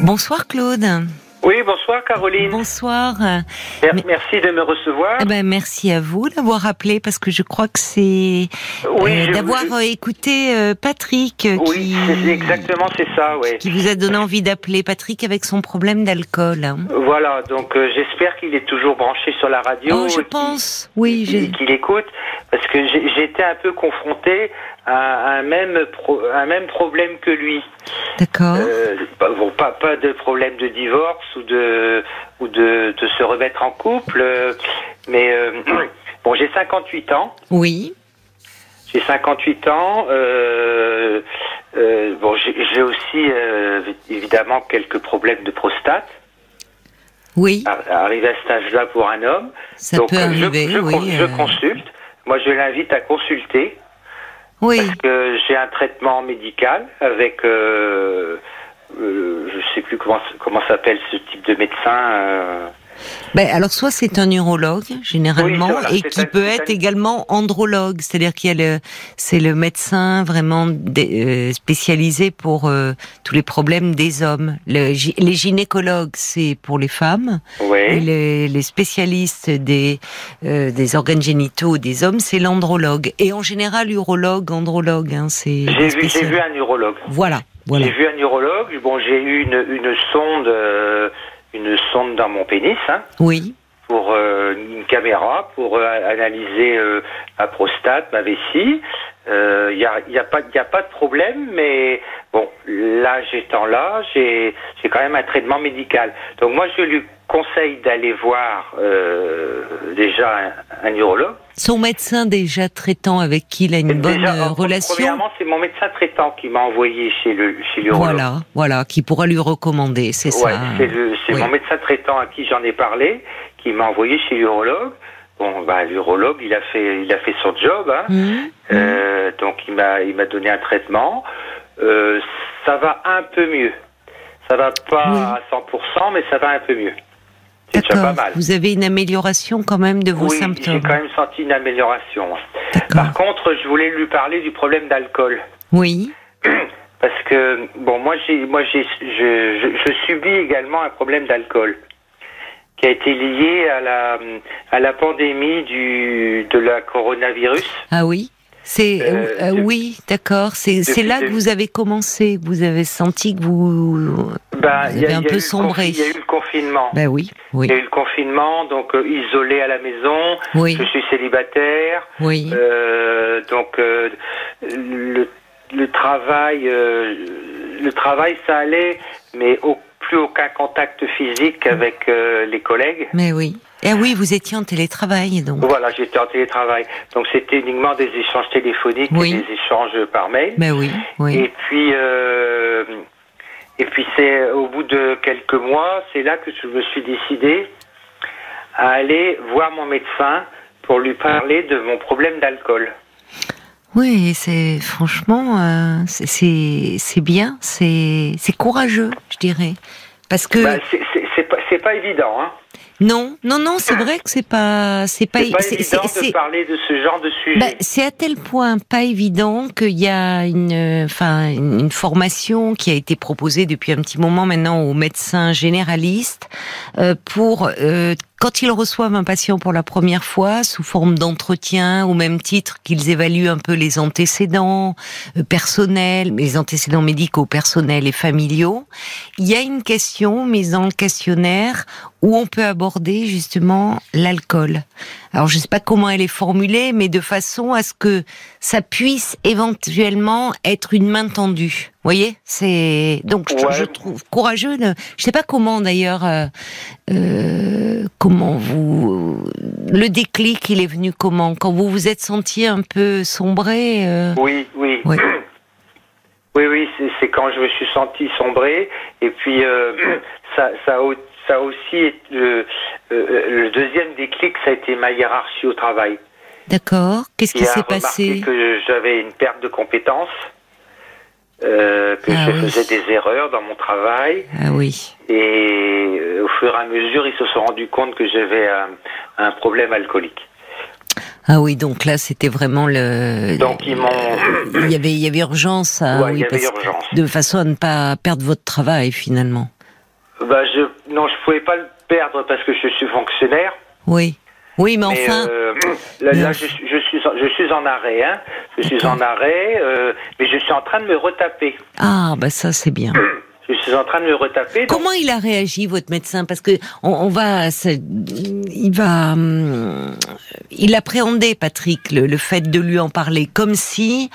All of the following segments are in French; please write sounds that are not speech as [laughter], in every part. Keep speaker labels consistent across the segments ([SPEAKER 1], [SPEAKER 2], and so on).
[SPEAKER 1] Bonsoir Claude.
[SPEAKER 2] Oui, bonsoir Caroline.
[SPEAKER 1] Bonsoir.
[SPEAKER 2] Mer- Merci de me recevoir.
[SPEAKER 1] Eh ben, merci à vous d'avoir appelé parce que je crois que c'est
[SPEAKER 2] Oui,
[SPEAKER 1] euh,
[SPEAKER 2] je-
[SPEAKER 1] d'avoir
[SPEAKER 2] je-
[SPEAKER 1] euh, écouté euh, Patrick euh,
[SPEAKER 2] Oui, c'est-
[SPEAKER 1] qui,
[SPEAKER 2] exactement, c'est ça, oui.
[SPEAKER 1] qui vous a donné envie d'appeler Patrick avec son problème d'alcool. hein.
[SPEAKER 2] Voilà, donc euh, j'espère qu'il est toujours branché sur la radio.
[SPEAKER 1] Oh, je
[SPEAKER 2] et qu'il-
[SPEAKER 1] pense. Oui,
[SPEAKER 2] qu'il-
[SPEAKER 1] j'ai-
[SPEAKER 2] qu'il écoute, parce que j'ai- j'étais un peu confronté à un même, pro- un même problème que lui.
[SPEAKER 1] D'accord.
[SPEAKER 2] Euh, bah, bon, pas, pas de problème de divorce ou de, ou de, de se remettre en couple, euh, mais euh, [clears throat] bon, j'ai 58 ans.
[SPEAKER 1] Oui.
[SPEAKER 2] J'ai 58 ans. Euh, euh, bon, j'ai j'ai aussi euh, évidemment quelques problèmes de prostate.
[SPEAKER 1] Oui,
[SPEAKER 2] Ar- Arrivé à cet âge-là pour un homme,
[SPEAKER 1] ça
[SPEAKER 2] donc
[SPEAKER 1] peut
[SPEAKER 2] euh, je-
[SPEAKER 1] arriver.
[SPEAKER 2] je,
[SPEAKER 1] oui.
[SPEAKER 2] con- je
[SPEAKER 1] euh,
[SPEAKER 2] consulte. Moi, je l'invite à consulter
[SPEAKER 1] oui.
[SPEAKER 2] parce que j'ai un traitement médical avec. Euh, euh, je sais plus comment comment s'appelle ce type de médecin. euh,
[SPEAKER 1] Ben, alors soit c'est un neurologue généralement
[SPEAKER 2] Oui, voilà,
[SPEAKER 1] et
[SPEAKER 2] c'est
[SPEAKER 1] qui
[SPEAKER 2] un-
[SPEAKER 1] peut
[SPEAKER 2] c'est
[SPEAKER 1] être
[SPEAKER 2] un-
[SPEAKER 1] également andrologue, c'est-à-dire qu'il y a le c'est le médecin vraiment dé- euh, spécialisé pour euh, tous les problèmes des hommes. Le gy- les gynécologues c'est pour les femmes et
[SPEAKER 2] Oui.
[SPEAKER 1] les, les spécialistes des euh, des organes génitaux des hommes c'est l'andrologue et en général urologue, andrologue, hein, c'est
[SPEAKER 2] J'ai vu j'ai
[SPEAKER 1] spécial.
[SPEAKER 2] vu un neurologue.
[SPEAKER 1] Voilà, voilà.
[SPEAKER 2] J'ai vu un neurologue. Bon, j'ai eu une une sonde euh, une sonde dans mon pénis. Hein.
[SPEAKER 1] Oui,
[SPEAKER 2] pour euh, une caméra pour euh, analyser euh, ma prostate, ma vessie. Il n'y a, y a, pas- y a pas de problème, mais bon, là j'étant là, j'ai j'ai quand même un traitement médical. Donc moi je lui conseille d'aller voir euh, déjà un, un neurologue.
[SPEAKER 1] son médecin déjà traitant avec qui il a une bonne
[SPEAKER 2] Déjà,
[SPEAKER 1] euh,
[SPEAKER 2] en-
[SPEAKER 1] relation.
[SPEAKER 2] Premièrement, c'est mon médecin traitant qui m'a envoyé chez le chez l'urologue.
[SPEAKER 1] Voilà, voilà, qui pourra lui recommander, c'est
[SPEAKER 2] Ouais,
[SPEAKER 1] ça.
[SPEAKER 2] c'est le- c'est
[SPEAKER 1] Oui.
[SPEAKER 2] mon médecin traitant à qui j'en ai parlé, qui m'a envoyé chez l'urologue. Bon, bah, l'urologue, il a fait, il a fait son job, hein.
[SPEAKER 1] Hum,
[SPEAKER 2] Euh, donc il m'a, il m'a donné un traitement. Euh, ça va un peu mieux. Ça va pas à 100%, mais ça va un peu mieux. C'est déjà pas
[SPEAKER 1] D'accord.
[SPEAKER 2] mal.
[SPEAKER 1] Vous avez une amélioration quand même de vos
[SPEAKER 2] oui, j'ai
[SPEAKER 1] symptômes.
[SPEAKER 2] quand même senti une amélioration. hein. Par
[SPEAKER 1] D'accord.
[SPEAKER 2] contre, je voulais lui parler du problème d'alcool.
[SPEAKER 1] Oui,
[SPEAKER 2] Parce que bon, moi j'ai, moi j'ai, je, je, je subis également un problème d'alcool qui a été lié à la à la pandémie du de la coronavirus.
[SPEAKER 1] ah oui. C'est
[SPEAKER 2] Euh,
[SPEAKER 1] euh,
[SPEAKER 2] depuis-
[SPEAKER 1] oui, d'accord. C'est c'est
[SPEAKER 2] depuis
[SPEAKER 1] là que
[SPEAKER 2] des-
[SPEAKER 1] vous avez commencé. Vous avez senti que vous.
[SPEAKER 2] Bah,
[SPEAKER 1] Vous
[SPEAKER 2] il y a-
[SPEAKER 1] avez un
[SPEAKER 2] il y a
[SPEAKER 1] peu
[SPEAKER 2] eu le
[SPEAKER 1] sombré.
[SPEAKER 2] confi- Il y a eu le confinement.
[SPEAKER 1] Ben oui, oui,
[SPEAKER 2] Il y a eu le confinement, donc euh, isolé à la maison.
[SPEAKER 1] oui,
[SPEAKER 2] Je suis célibataire,
[SPEAKER 1] oui.
[SPEAKER 2] euh, donc euh, le, le travail, euh, le travail, ça allait, mais au- plus aucun contact physique avec euh, les collègues.
[SPEAKER 1] Mais oui. Eh oui, vous étiez en télétravail donc.
[SPEAKER 2] Voilà, j'étais en télétravail, donc c'était uniquement des échanges téléphoniques
[SPEAKER 1] Oui.
[SPEAKER 2] et des échanges par mail.
[SPEAKER 1] Ben oui,
[SPEAKER 2] Et
[SPEAKER 1] oui.
[SPEAKER 2] puis, euh, et puis c'est au bout de quelques mois, c'est là que je me suis décidé à aller voir mon médecin pour lui parler de mon problème d'alcool.
[SPEAKER 1] Oui, c'est franchement, euh, c'est- c'est c'est bien, c'est c'est courageux, je dirais, parce que.
[SPEAKER 2] Bah, c'est- c'est c'est pas, c'est pas évident, hein.
[SPEAKER 1] Non, non, non, c'est vrai que c'est pas, c'est pas,
[SPEAKER 2] C'est pas
[SPEAKER 1] Bah, c'est-
[SPEAKER 2] évident
[SPEAKER 1] c'est-
[SPEAKER 2] de
[SPEAKER 1] c'est-
[SPEAKER 2] parler de ce genre de sujet.
[SPEAKER 1] bah, c'est à tel point pas évident qu'il y a une, euh, enfin, une une formation qui a été proposée depuis un petit moment maintenant aux médecins généralistes euh, pour euh, quand ils reçoivent un patient pour la première fois sous forme d'entretien au même titre qu'ils évaluent un peu les antécédents euh, personnels, les antécédents médicaux personnels et familiaux, il y a une question mise dans le questionnaire où on peut aborder justement l'alcool. Alors je sais pas comment elle est formulée, mais de façon à ce que ça puisse éventuellement être une main tendue. Vous voyez, c'est donc je,
[SPEAKER 2] Ouais.
[SPEAKER 1] je trouve courageux. De... Je sais pas comment d'ailleurs, euh, euh, comment vous le déclic il est venu comment quand vous vous êtes senti un peu sombré. euh,
[SPEAKER 2] Oui, oui.
[SPEAKER 1] Ouais.
[SPEAKER 2] [clears throat] Oui, oui, c'est- c'est quand je me suis senti sombrer. Et puis, euh, [clears throat] ça, ça, a au- ça a aussi. été- euh, euh, le deuxième déclic, ça a été ma hiérarchie au travail.
[SPEAKER 1] D'accord. Qu'est-ce qui
[SPEAKER 2] a
[SPEAKER 1] s'est
[SPEAKER 2] remarqué
[SPEAKER 1] passé
[SPEAKER 2] que j'avais une perte de compétences, euh, que
[SPEAKER 1] Ah
[SPEAKER 2] je
[SPEAKER 1] oui.
[SPEAKER 2] faisais des erreurs dans mon travail.
[SPEAKER 1] Ah oui.
[SPEAKER 2] Et euh, au fur et à mesure, ils se sont rendus compte que j'avais un, un problème alcoolique.
[SPEAKER 1] Ah oui, donc là, c'était vraiment le.
[SPEAKER 2] Donc, ils m'ont-
[SPEAKER 1] Il y avait, il y avait urgence à.
[SPEAKER 2] Ouais, il
[SPEAKER 1] oui,
[SPEAKER 2] y avait
[SPEAKER 1] parce-
[SPEAKER 2] urgence.
[SPEAKER 1] De façon à ne pas perdre votre travail, finalement.
[SPEAKER 2] Bah, je, non, je pouvais pas le perdre parce que je suis fonctionnaire.
[SPEAKER 1] Oui. Oui, mais,
[SPEAKER 2] Mais,
[SPEAKER 1] enfin.
[SPEAKER 2] euh, [clears throat] là, là,
[SPEAKER 1] Mais-
[SPEAKER 2] je, suis- je suis en, je suis en arrêt, hein. Je suis
[SPEAKER 1] D'accord.
[SPEAKER 2] en arrêt, euh, mais je suis en train de me retaper.
[SPEAKER 1] Ah, bah ça, c'est
[SPEAKER 2] [coughs]
[SPEAKER 1] bien.
[SPEAKER 2] Je suis en train de me retaper. donc-
[SPEAKER 1] Comment il a réagi votre médecin Parce que on, on va, ça- il va, hum, il appréhendait Patrick le, le fait de lui en parler comme si,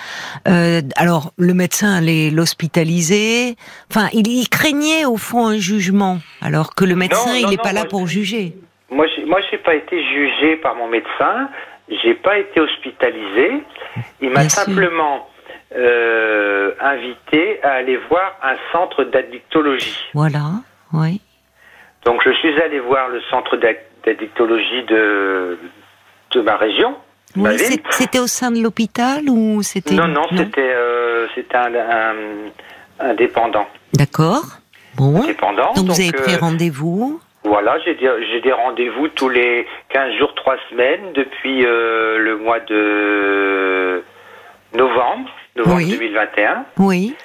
[SPEAKER 1] euh, alors le médecin allait l'hospitaliser. Enfin, il, il craignait au fond un jugement, alors que le médecin
[SPEAKER 2] non,
[SPEAKER 1] il n'est
[SPEAKER 2] non,
[SPEAKER 1] pas là
[SPEAKER 2] moi,
[SPEAKER 1] pour juger.
[SPEAKER 2] Moi, j'ai- moi, j'ai pas été jugé par mon médecin. J'ai pas été hospitalisé. Il m'a
[SPEAKER 1] Bien sûr.
[SPEAKER 2] simplement euh, invité à aller voir un centre d'addictologie.
[SPEAKER 1] Voilà, oui.
[SPEAKER 2] Donc, je suis allé voir le centre d'ac- d'addictologie de de ma région. de ma
[SPEAKER 1] Oui,
[SPEAKER 2] ville.
[SPEAKER 1] c'est- c'était au sein de l'hôpital ou c'était
[SPEAKER 2] Bah, Non, non, c'était euh, c'était un, un- un dépendant.
[SPEAKER 1] D'accord. Bon.
[SPEAKER 2] Dépendant.
[SPEAKER 1] Hein Donc, vous avez
[SPEAKER 2] euh,
[SPEAKER 1] pris rendez-vous.
[SPEAKER 2] Voilà, j'ai des, j'ai des rendez-vous tous les 15 jours, 3 semaines depuis euh, le mois de novembre, novembre
[SPEAKER 1] Oui.
[SPEAKER 2] 2021.
[SPEAKER 1] Oui.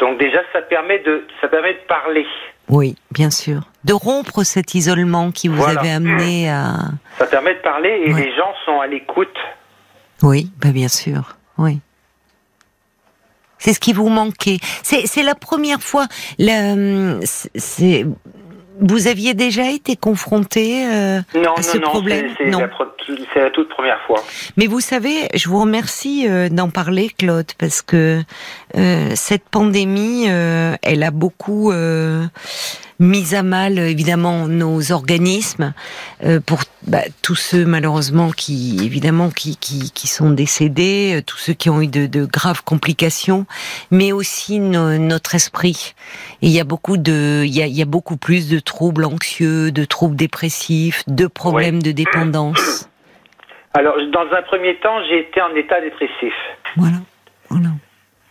[SPEAKER 2] Donc déjà, ça permet de, ça permet de parler.
[SPEAKER 1] Oui, bien sûr. De rompre cet isolement qui vous
[SPEAKER 2] Voilà.
[SPEAKER 1] avait amené à.
[SPEAKER 2] Ça permet de parler et
[SPEAKER 1] Ouais.
[SPEAKER 2] les gens sont à l'écoute.
[SPEAKER 1] Oui, bah bien sûr. Oui. C'est ce qui vous manquait. C'est c'est la première fois. la- c'est- c'est- vous aviez déjà été confronté. euh,
[SPEAKER 2] Non,
[SPEAKER 1] ce
[SPEAKER 2] non, non, c'est
[SPEAKER 1] problème,
[SPEAKER 2] c'est
[SPEAKER 1] non.
[SPEAKER 2] la, pro- c'est la toute première fois.
[SPEAKER 1] Mais vous savez, je vous remercie euh, d'en parler, Claude, parce que euh, cette pandémie, euh, elle a beaucoup euh, mis à mal, euh, évidemment, nos organismes. euh, pour bah, tous ceux, malheureusement, qui évidemment qui qui, qui sont décédés, euh, tous ceux qui ont eu de, de graves complications, mais aussi no- notre esprit. Et il y a beaucoup de, il y a, il y a beaucoup plus de troubles anxieux, de troubles dépressifs, de problèmes de dépendance.
[SPEAKER 2] Alors, dans un premier temps, j'ai été en état dépressif.
[SPEAKER 1] Voilà. Voilà.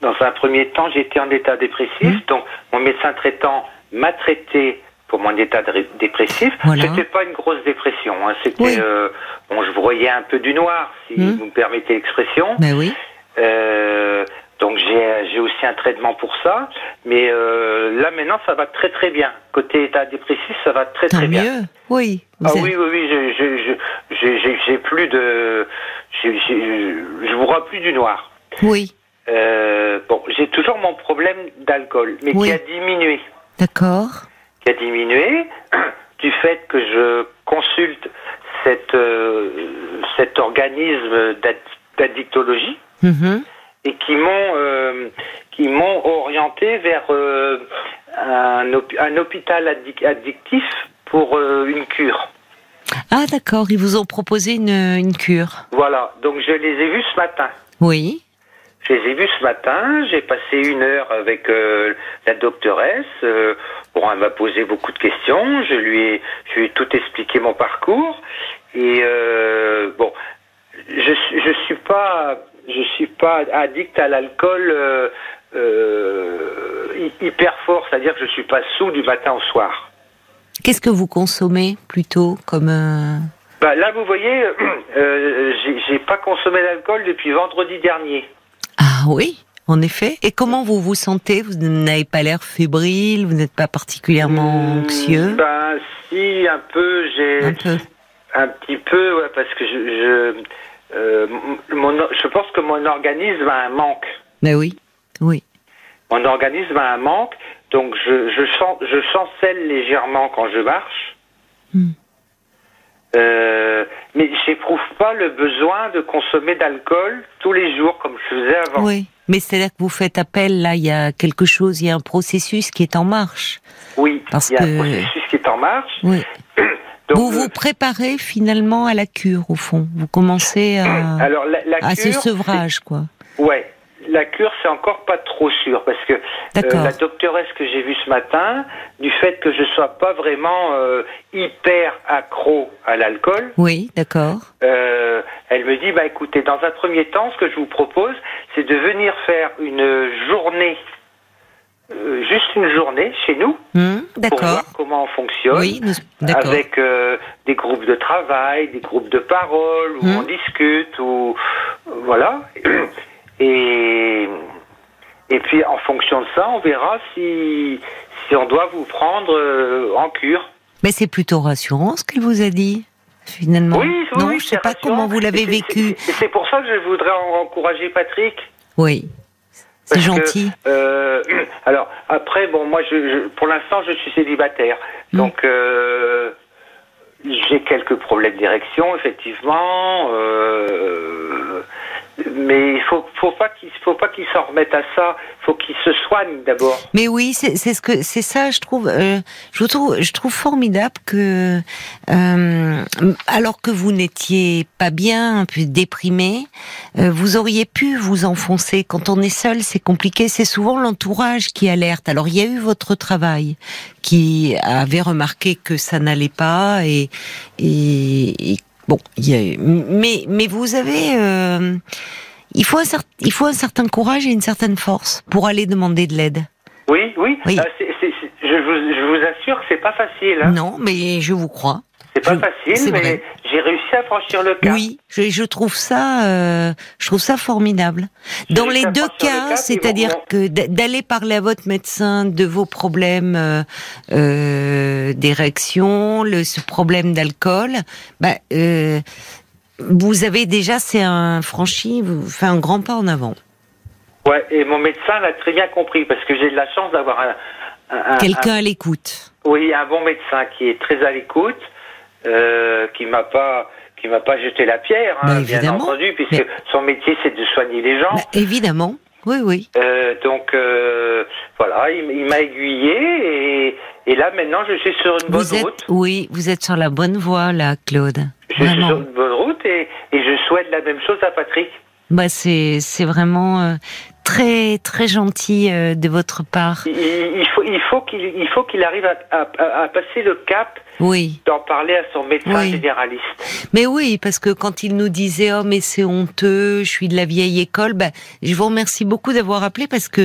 [SPEAKER 2] Dans un premier temps, j'étais en état dépressif,
[SPEAKER 1] Mhm.
[SPEAKER 2] donc mon médecin traitant m'a traité pour mon état dré- dépressif.
[SPEAKER 1] Voilà.
[SPEAKER 2] C'était pas une grosse dépression, hein. c'était
[SPEAKER 1] Oui.
[SPEAKER 2] euh, bon, je voyais un peu du noir, si
[SPEAKER 1] Mhm.
[SPEAKER 2] vous me permettez l'expression.
[SPEAKER 1] Ben oui.
[SPEAKER 2] Euh, donc j'ai j'ai aussi un traitement pour ça, mais euh, là maintenant ça va très très bien. Côté état dépressif, ça va très
[SPEAKER 1] Tant
[SPEAKER 2] très bien.
[SPEAKER 1] mieux. Oui. vous
[SPEAKER 2] Ah
[SPEAKER 1] êtes-
[SPEAKER 2] oui, oui, oui, je- je- je- j'ai j'ai- j'ai plus de, j'ai- j'ai- je vous vois plus du noir.
[SPEAKER 1] Oui.
[SPEAKER 2] Euh, bon, j'ai toujours mon problème d'alcool, mais
[SPEAKER 1] Oui.
[SPEAKER 2] qui a diminué.
[SPEAKER 1] D'accord.
[SPEAKER 2] Qui a diminué [clears throat] du fait que je consulte cette, euh, cet organisme d'ad- d'addictologie
[SPEAKER 1] Mhm.
[SPEAKER 2] et qui m'ont euh, qui m'ont orienté vers euh, un, hôp- un hôpital addic- addictif pour euh, une cure.
[SPEAKER 1] Ah d'accord. Ils vous ont proposé une, une cure.
[SPEAKER 2] Voilà, donc je les ai vus ce matin.
[SPEAKER 1] Oui.
[SPEAKER 2] Je les ai vus ce matin, j'ai passé une heure avec euh, la doctoresse. euh, bon, elle m'a posé beaucoup de questions, je lui ai, je lui ai tout expliqué mon parcours. Et euh, bon, je, suis- je suis pas, je suis pas addict à l'alcool euh, euh, hy- hyper fort, c'est-à-dire que je suis pas sous du matin au soir.
[SPEAKER 1] Qu'est-ce que vous consommez plutôt comme euh,
[SPEAKER 2] Bah, là, vous voyez, [clears throat] euh, j'ai- j'ai pas consommé d'alcool depuis vendredi dernier.
[SPEAKER 1] Ah oui. En effet. Et comment vous vous sentez Vous n'avez pas l'air fébrile. Vous n'êtes pas particulièrement
[SPEAKER 2] Hmm,
[SPEAKER 1] anxieux.
[SPEAKER 2] Ben si, un peu, j'ai
[SPEAKER 1] Un peu.
[SPEAKER 2] un petit peu, ouais, parce que je, je, euh, m- mon or- je pense que mon organisme a un manque.
[SPEAKER 1] Ben oui. Oui.
[SPEAKER 2] Mon organisme a un manque, donc je, je, chan- je chancelle légèrement quand je marche.
[SPEAKER 1] Hmm.
[SPEAKER 2] Euh, mais j'éprouve pas le besoin de consommer d'alcool tous les jours comme je faisais avant.
[SPEAKER 1] Oui. Mais c'est-à-dire que vous faites appel là. Il y a quelque chose. Il y a un processus qui est en marche.
[SPEAKER 2] Oui,
[SPEAKER 1] Parce
[SPEAKER 2] il y a
[SPEAKER 1] que-
[SPEAKER 2] un processus qui est en marche.
[SPEAKER 1] Oui.
[SPEAKER 2] Donc, euh,
[SPEAKER 1] vous vous préparez finalement à la cure au fond. Vous commencez
[SPEAKER 2] euh,
[SPEAKER 1] à.
[SPEAKER 2] alors la, la
[SPEAKER 1] à ce
[SPEAKER 2] cure,
[SPEAKER 1] Ah, sevrage, quoi.
[SPEAKER 2] Ouais, la cure, c'est encore pas trop sûr parce que
[SPEAKER 1] D'accord.
[SPEAKER 2] euh, la doctoresse que j'ai vue ce matin, du fait que je sois pas vraiment euh, hyper accro à l'alcool,
[SPEAKER 1] Oui, d'accord.
[SPEAKER 2] euh, elle me dit bah écoutez, dans un premier temps, ce que je vous propose, c'est de venir faire une journée, euh, juste une journée chez nous
[SPEAKER 1] Hmm,
[SPEAKER 2] pour voir
[SPEAKER 1] d'accord.
[SPEAKER 2] comment on fonctionne.
[SPEAKER 1] Oui, nous- d'accord.
[SPEAKER 2] Avec euh, des groupes de travail, des groupes de parole où
[SPEAKER 1] Hmm.
[SPEAKER 2] on discute, où voilà. [clears throat] Et et puis en fonction de ça, on verra si si on doit vous prendre euh, en cure.
[SPEAKER 1] Mais c'est plutôt rassurant ce qu'elle vous a dit, finalement.
[SPEAKER 2] Oui, oui,
[SPEAKER 1] non,
[SPEAKER 2] oui,
[SPEAKER 1] je sais
[SPEAKER 2] c'est
[SPEAKER 1] pas
[SPEAKER 2] rassurant.
[SPEAKER 1] comment vous l'avez
[SPEAKER 2] Et c'est-
[SPEAKER 1] vécu.
[SPEAKER 2] c'est- C'est pour ça que je voudrais en- encourager Patrick.
[SPEAKER 1] Oui, c'est
[SPEAKER 2] Parce que,
[SPEAKER 1] gentil.
[SPEAKER 2] euh, [clears throat] alors après, bon, moi, je, je- pour l'instant, je suis célibataire,
[SPEAKER 1] Mm.
[SPEAKER 2] donc euh, j'ai quelques problèmes d'érection, effectivement, euh, mais il faut, faut pas qu'il, faut pas qu'il s'en remette à ça. Faut qu'il se soigne d'abord.
[SPEAKER 1] Mais oui, c'est c'est ce que c'est ça, je trouve. euh, je vous trouve, je trouve formidable que euh, alors que vous n'étiez pas bien, puis déprimé, euh, vous auriez pu vous enfoncer. Quand on est seul, c'est compliqué. C'est souvent l'entourage qui alerte. Alors il y a eu votre travail qui avait remarqué que ça n'allait pas et, et, et bon, il y a eu- mais mais vous avez euh, il faut, un cer- il faut un certain courage et une certaine force pour aller demander de l'aide.
[SPEAKER 2] Oui, oui.
[SPEAKER 1] Oui.
[SPEAKER 2] Ah, c'est- c'est- c'est- je, vous, je vous assure que c'est pas facile. Hein.
[SPEAKER 1] Non, mais je vous crois.
[SPEAKER 2] C'est pas
[SPEAKER 1] je- c'est
[SPEAKER 2] facile, mais
[SPEAKER 1] vrai.
[SPEAKER 2] j'ai réussi à franchir le cap.
[SPEAKER 1] Oui, je, je trouve ça, euh, je trouve ça formidable. Dans
[SPEAKER 2] Et
[SPEAKER 1] les
[SPEAKER 2] ça
[SPEAKER 1] deux
[SPEAKER 2] passe sur le
[SPEAKER 1] cas,
[SPEAKER 2] cap,
[SPEAKER 1] c'est-à-dire
[SPEAKER 2] ils
[SPEAKER 1] que
[SPEAKER 2] vont-
[SPEAKER 1] d- d'aller parler à votre médecin de vos problèmes euh, euh, d'érection, le ce problème d'alcool, bah, euh, vous avez déjà, c'est un franchi, vous faites un grand pas en avant.
[SPEAKER 2] Ouais, et mon médecin l'a très bien compris parce que j'ai de la chance d'avoir un, un- un-
[SPEAKER 1] Quelqu'un à l'écoute.
[SPEAKER 2] Oui, un bon médecin qui est très à l'écoute, euh, qui m'a pas qui m'a pas jeté la pierre, hein,
[SPEAKER 1] Bah,
[SPEAKER 2] bien
[SPEAKER 1] évidemment.
[SPEAKER 2] entendu, puisque
[SPEAKER 1] Mais-
[SPEAKER 2] son métier c'est de soigner les gens.
[SPEAKER 1] Bah, évidemment, oui, oui.
[SPEAKER 2] Euh, donc euh, voilà, il, il m'a aiguillé et, et là maintenant je suis sur une bonne
[SPEAKER 1] Vous êtes,
[SPEAKER 2] route.
[SPEAKER 1] oui, vous êtes sur la bonne voie là, Claude.
[SPEAKER 2] Je suis
[SPEAKER 1] Vraiment.
[SPEAKER 2] sur une bonne route et, et je souhaite la même chose à Patrick.
[SPEAKER 1] Bah c'est c'est vraiment euh, très très gentil euh, de votre part.
[SPEAKER 2] Il, il- il faut il faut qu'il il faut qu'il arrive à, à- à- à passer le cap
[SPEAKER 1] Oui,
[SPEAKER 2] d'en parler à son médecin
[SPEAKER 1] Oui.
[SPEAKER 2] généraliste.
[SPEAKER 1] mais oui parce que quand il nous disait oh mais c'est honteux, je suis de la vieille école, bah, je vous remercie beaucoup d'avoir appelé parce que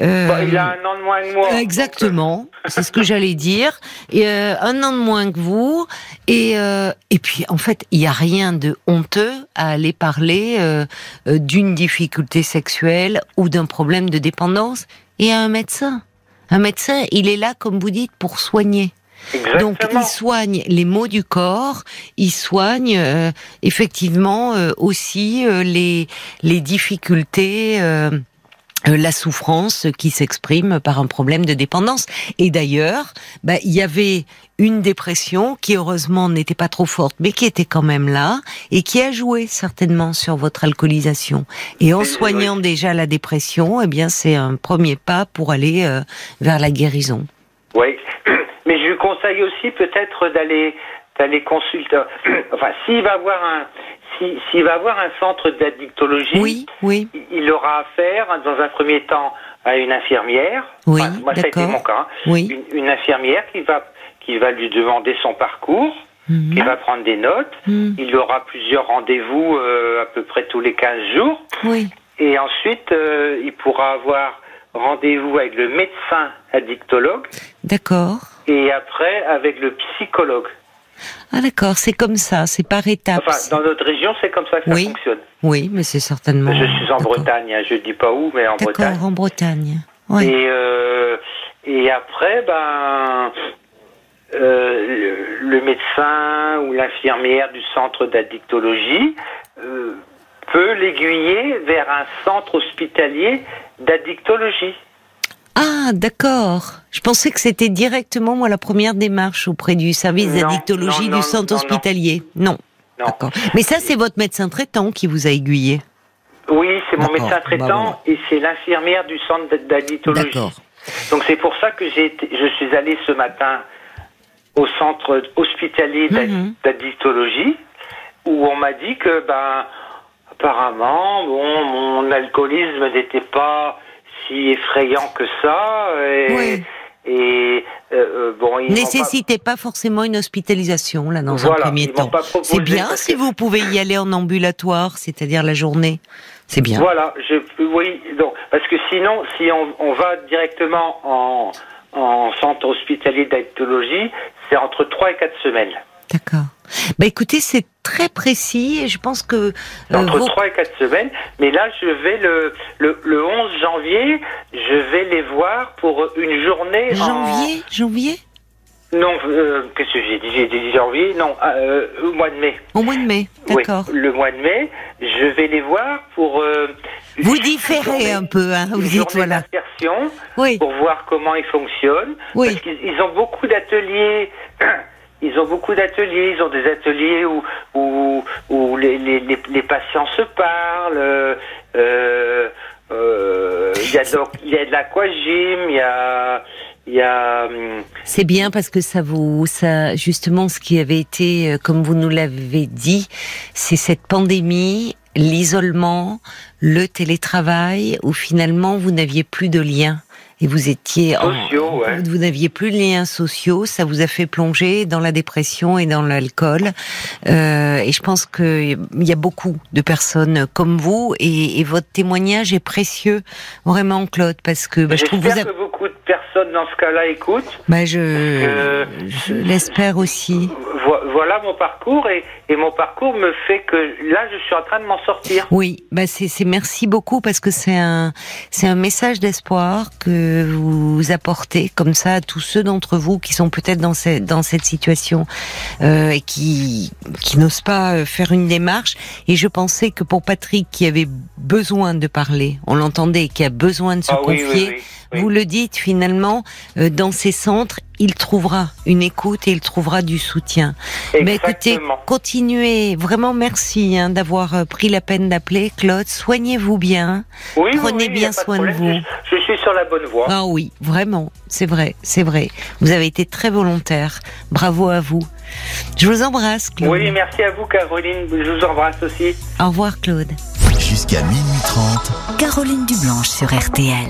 [SPEAKER 1] euh,
[SPEAKER 2] Bon, Bah, il a un an de moins que moi. donc,
[SPEAKER 1] Exactement, c'est ce que j'allais dire. Et euh, un an de moins que vous. Et, euh, et puis, en fait, il n'y a rien de honteux à aller parler euh, euh, d'une difficulté sexuelle ou d'un problème de dépendance et à un médecin. Un médecin, il est là, comme vous dites, pour soigner.
[SPEAKER 2] euh, exactement.
[SPEAKER 1] Donc, il soigne les maux du corps, il soigne euh, effectivement euh, aussi euh, les, les difficultés. euh, euh, la souffrance qui s'exprime par un problème de dépendance. Et d'ailleurs, bah, il y avait une dépression qui heureusement n'était pas trop forte, mais qui était quand même là et qui a joué certainement sur votre alcoolisation. Et en
[SPEAKER 2] Oui,
[SPEAKER 1] soignant déjà la dépression, eh bien, c'est un premier pas pour aller euh, vers la guérison.
[SPEAKER 2] Oui, [clears throat] mais je lui conseille aussi peut-être d'aller d'aller consulter. [clears throat] Enfin, s'il va voir un si- s'il va voir un centre d'addictologie,
[SPEAKER 1] Oui, oui.
[SPEAKER 2] il- il aura affaire hein, dans un premier temps à une infirmière.
[SPEAKER 1] Oui,
[SPEAKER 2] Enfin, moi ça a été
[SPEAKER 1] d'accord.
[SPEAKER 2] mon cas. hein.
[SPEAKER 1] Oui.
[SPEAKER 2] Une, une infirmière qui va qui va lui demander son parcours, qui va prendre des notes.
[SPEAKER 1] Mhm.
[SPEAKER 2] Il aura plusieurs rendez-vous euh, à peu près tous les 15 jours.
[SPEAKER 1] Oui.
[SPEAKER 2] Et ensuite, euh, il pourra avoir rendez-vous avec le médecin addictologue
[SPEAKER 1] D'accord.
[SPEAKER 2] et après avec le psychologue.
[SPEAKER 1] Ah d'accord, c'est comme ça, c'est par étapes.
[SPEAKER 2] Enfin, dans notre région, c'est comme ça que ça
[SPEAKER 1] Ah, Oui.
[SPEAKER 2] fonctionne.
[SPEAKER 1] Oui, mais c'est certainement.
[SPEAKER 2] Je suis en
[SPEAKER 1] D'accord.
[SPEAKER 2] Bretagne, hein, je dis pas où, mais en Bretagne.
[SPEAKER 1] D'accord, en Bretagne. Ouais.
[SPEAKER 2] Et, euh, et après, ben, euh, le, le médecin ou l'infirmière du centre d'addictologie euh, peut l'aiguiller vers un centre hospitalier d'addictologie.
[SPEAKER 1] Ah, d'accord. Je pensais que c'était directement moi la première démarche auprès du service
[SPEAKER 2] Non,
[SPEAKER 1] d'addictologie
[SPEAKER 2] non,
[SPEAKER 1] du
[SPEAKER 2] non,
[SPEAKER 1] centre
[SPEAKER 2] non, non.
[SPEAKER 1] hospitalier. Non.
[SPEAKER 2] Non.
[SPEAKER 1] D'accord. Mais ça, c'est votre médecin traitant qui vous a aiguillé.
[SPEAKER 2] Oui, c'est mon
[SPEAKER 1] D'accord.
[SPEAKER 2] médecin traitant
[SPEAKER 1] Bah, voilà.
[SPEAKER 2] et c'est l'infirmière du centre d'add- d'addictologie. Donc c'est pour ça que j'ai été- je suis allé ce matin au centre hospitalier d'a-
[SPEAKER 1] Mhm.
[SPEAKER 2] d'addictologie où on m'a dit que ben apparemment bon mon alcoolisme n'était pas si effrayant que ça et,
[SPEAKER 1] Oui.
[SPEAKER 2] et, euh, bon ils m'ont
[SPEAKER 1] Nécessitez pas forcément une hospitalisation là dans un
[SPEAKER 2] Voilà,
[SPEAKER 1] premier
[SPEAKER 2] ils m'ont
[SPEAKER 1] temps.
[SPEAKER 2] pas proposé
[SPEAKER 1] C'est bien
[SPEAKER 2] parce
[SPEAKER 1] si
[SPEAKER 2] que-
[SPEAKER 1] vous pouvez y aller en ambulatoire, c'est-à-dire la journée. C'est bien.
[SPEAKER 2] Voilà, je oui, donc parce que sinon, si on, on va directement en, en centre hospitalier d'actologie, c'est entre 3 et 4 semaines.
[SPEAKER 1] D'accord. Bah écoutez, c'est très précis et je pense que euh,
[SPEAKER 2] entre
[SPEAKER 1] vos-
[SPEAKER 2] 3 et 4 semaines. Mais là, je vais le, le, le 11 janvier, je vais les voir pour une journée. en-
[SPEAKER 1] janvier, janvier,
[SPEAKER 2] Non, euh, qu'est-ce que j'ai dit J'ai dit janvier Non, euh, au mois de mai.
[SPEAKER 1] au mois de mai,
[SPEAKER 2] Oui,
[SPEAKER 1] d'accord.
[SPEAKER 2] le mois de mai, je vais les voir pour. euh,
[SPEAKER 1] Vous
[SPEAKER 2] une
[SPEAKER 1] différez
[SPEAKER 2] journée-
[SPEAKER 1] un peu, hein, vous
[SPEAKER 2] une
[SPEAKER 1] dites
[SPEAKER 2] journée
[SPEAKER 1] voilà.
[SPEAKER 2] d'insertion
[SPEAKER 1] Oui,
[SPEAKER 2] pour voir comment ils fonctionnent.
[SPEAKER 1] Oui.
[SPEAKER 2] Parce qu'ils ils ont beaucoup d'ateliers. [clears throat] Ils ont beaucoup d'ateliers. Ils ont des ateliers où, où, où les, les, les, les patients se parlent. euh, euh, euh, Il y a donc il y a de l'aquagym. Il y a il y a hum,
[SPEAKER 1] c'est bien parce que ça vous, ça justement, ce qui avait été, euh, comme vous nous l'avez dit, c'est cette pandémie, l'isolement, le télétravail, où finalement vous n'aviez plus de liens et vous étiez en-
[SPEAKER 2] Sociaux, ouais.
[SPEAKER 1] vous n'aviez plus de liens sociaux, ça vous a fait plonger dans la dépression et dans l'alcool. Euh, et je pense qu'il y a beaucoup de personnes comme vous et, et votre témoignage est précieux, vraiment Claude, parce que bah, je trouve
[SPEAKER 2] J'espère
[SPEAKER 1] vous avez-
[SPEAKER 2] que beaucoup de personnes dans ce cas-là écoutent.
[SPEAKER 1] Bah, je,
[SPEAKER 2] Parce
[SPEAKER 1] je l'espère aussi.
[SPEAKER 2] Vo- Voilà mon parcours et, et mon parcours me fait que là je suis en train de m'en sortir.
[SPEAKER 1] Oui, bah c'est c'est- merci beaucoup parce que c'est un c'est un message d'espoir que vous apportez comme ça à tous ceux d'entre vous qui sont peut-être dans cette dans cette situation euh, et qui qui n'osent pas euh, faire une démarche. Et je pensais que pour Patrick qui avait besoin de parler, on l'entendait, qui a besoin de se
[SPEAKER 2] Ah oui,
[SPEAKER 1] confier,
[SPEAKER 2] oui, oui, oui.
[SPEAKER 1] Vous le dites finalement, euh, dans ces centres, il trouvera une écoute et il trouvera du soutien. Mais écoutez,
[SPEAKER 2] Exactement.
[SPEAKER 1] continuez. Vraiment merci hein, d'avoir euh, pris la peine d'appeler, Claude. Soignez-vous bien.
[SPEAKER 2] Oui, oui,
[SPEAKER 1] Prenez
[SPEAKER 2] oui,
[SPEAKER 1] bien
[SPEAKER 2] y a pas de
[SPEAKER 1] soin de
[SPEAKER 2] problème.
[SPEAKER 1] vous.
[SPEAKER 2] Je, je suis sur la bonne voie.
[SPEAKER 1] Ah oui, vraiment, c'est vrai, c'est vrai. Vous avez été très volontaire. Bravo à vous. Je vous embrasse, Claude.
[SPEAKER 2] oui, merci à vous, Caroline. Je vous embrasse aussi.
[SPEAKER 1] Au revoir, Claude.
[SPEAKER 3] Jusqu'à minuit 30.
[SPEAKER 4] Caroline Dublanche sur RTL.